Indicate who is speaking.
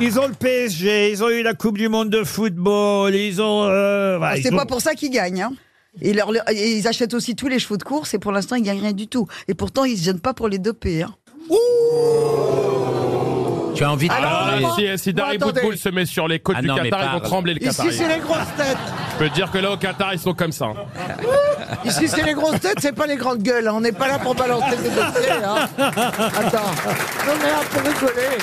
Speaker 1: Ils ont le PSG, ils ont eu la Coupe du Monde de football, ils ont. euh, voilà,
Speaker 2: Ah, c'est
Speaker 1: ils ont-
Speaker 2: pas pour ça qu'ils gagnent. hein. Et leur- leur- et ils achètent aussi tous les chevaux de course et pour l'instant ils gagnent rien du tout. Et pourtant ils se gênent pas pour les doper. hein.
Speaker 3: Tu as envie de
Speaker 4: Ah,
Speaker 3: parler.
Speaker 4: si, si Dari
Speaker 5: attendez.
Speaker 4: Boutboul se met sur les côtes
Speaker 3: Ah
Speaker 4: du
Speaker 3: non, mais
Speaker 4: Qatar, ils vont
Speaker 3: pas-
Speaker 4: trembler le Qatar.
Speaker 5: Ici, c'est les grosses têtes.
Speaker 4: Je peux te dire que là, au Qatar, ils sont comme ça. hein.
Speaker 5: Ici, c'est les grosses têtes, c'est pas les grandes gueules. hein. On n'est pas là pour balancer des dossiers. hein. Attends. On est là pour rigoler.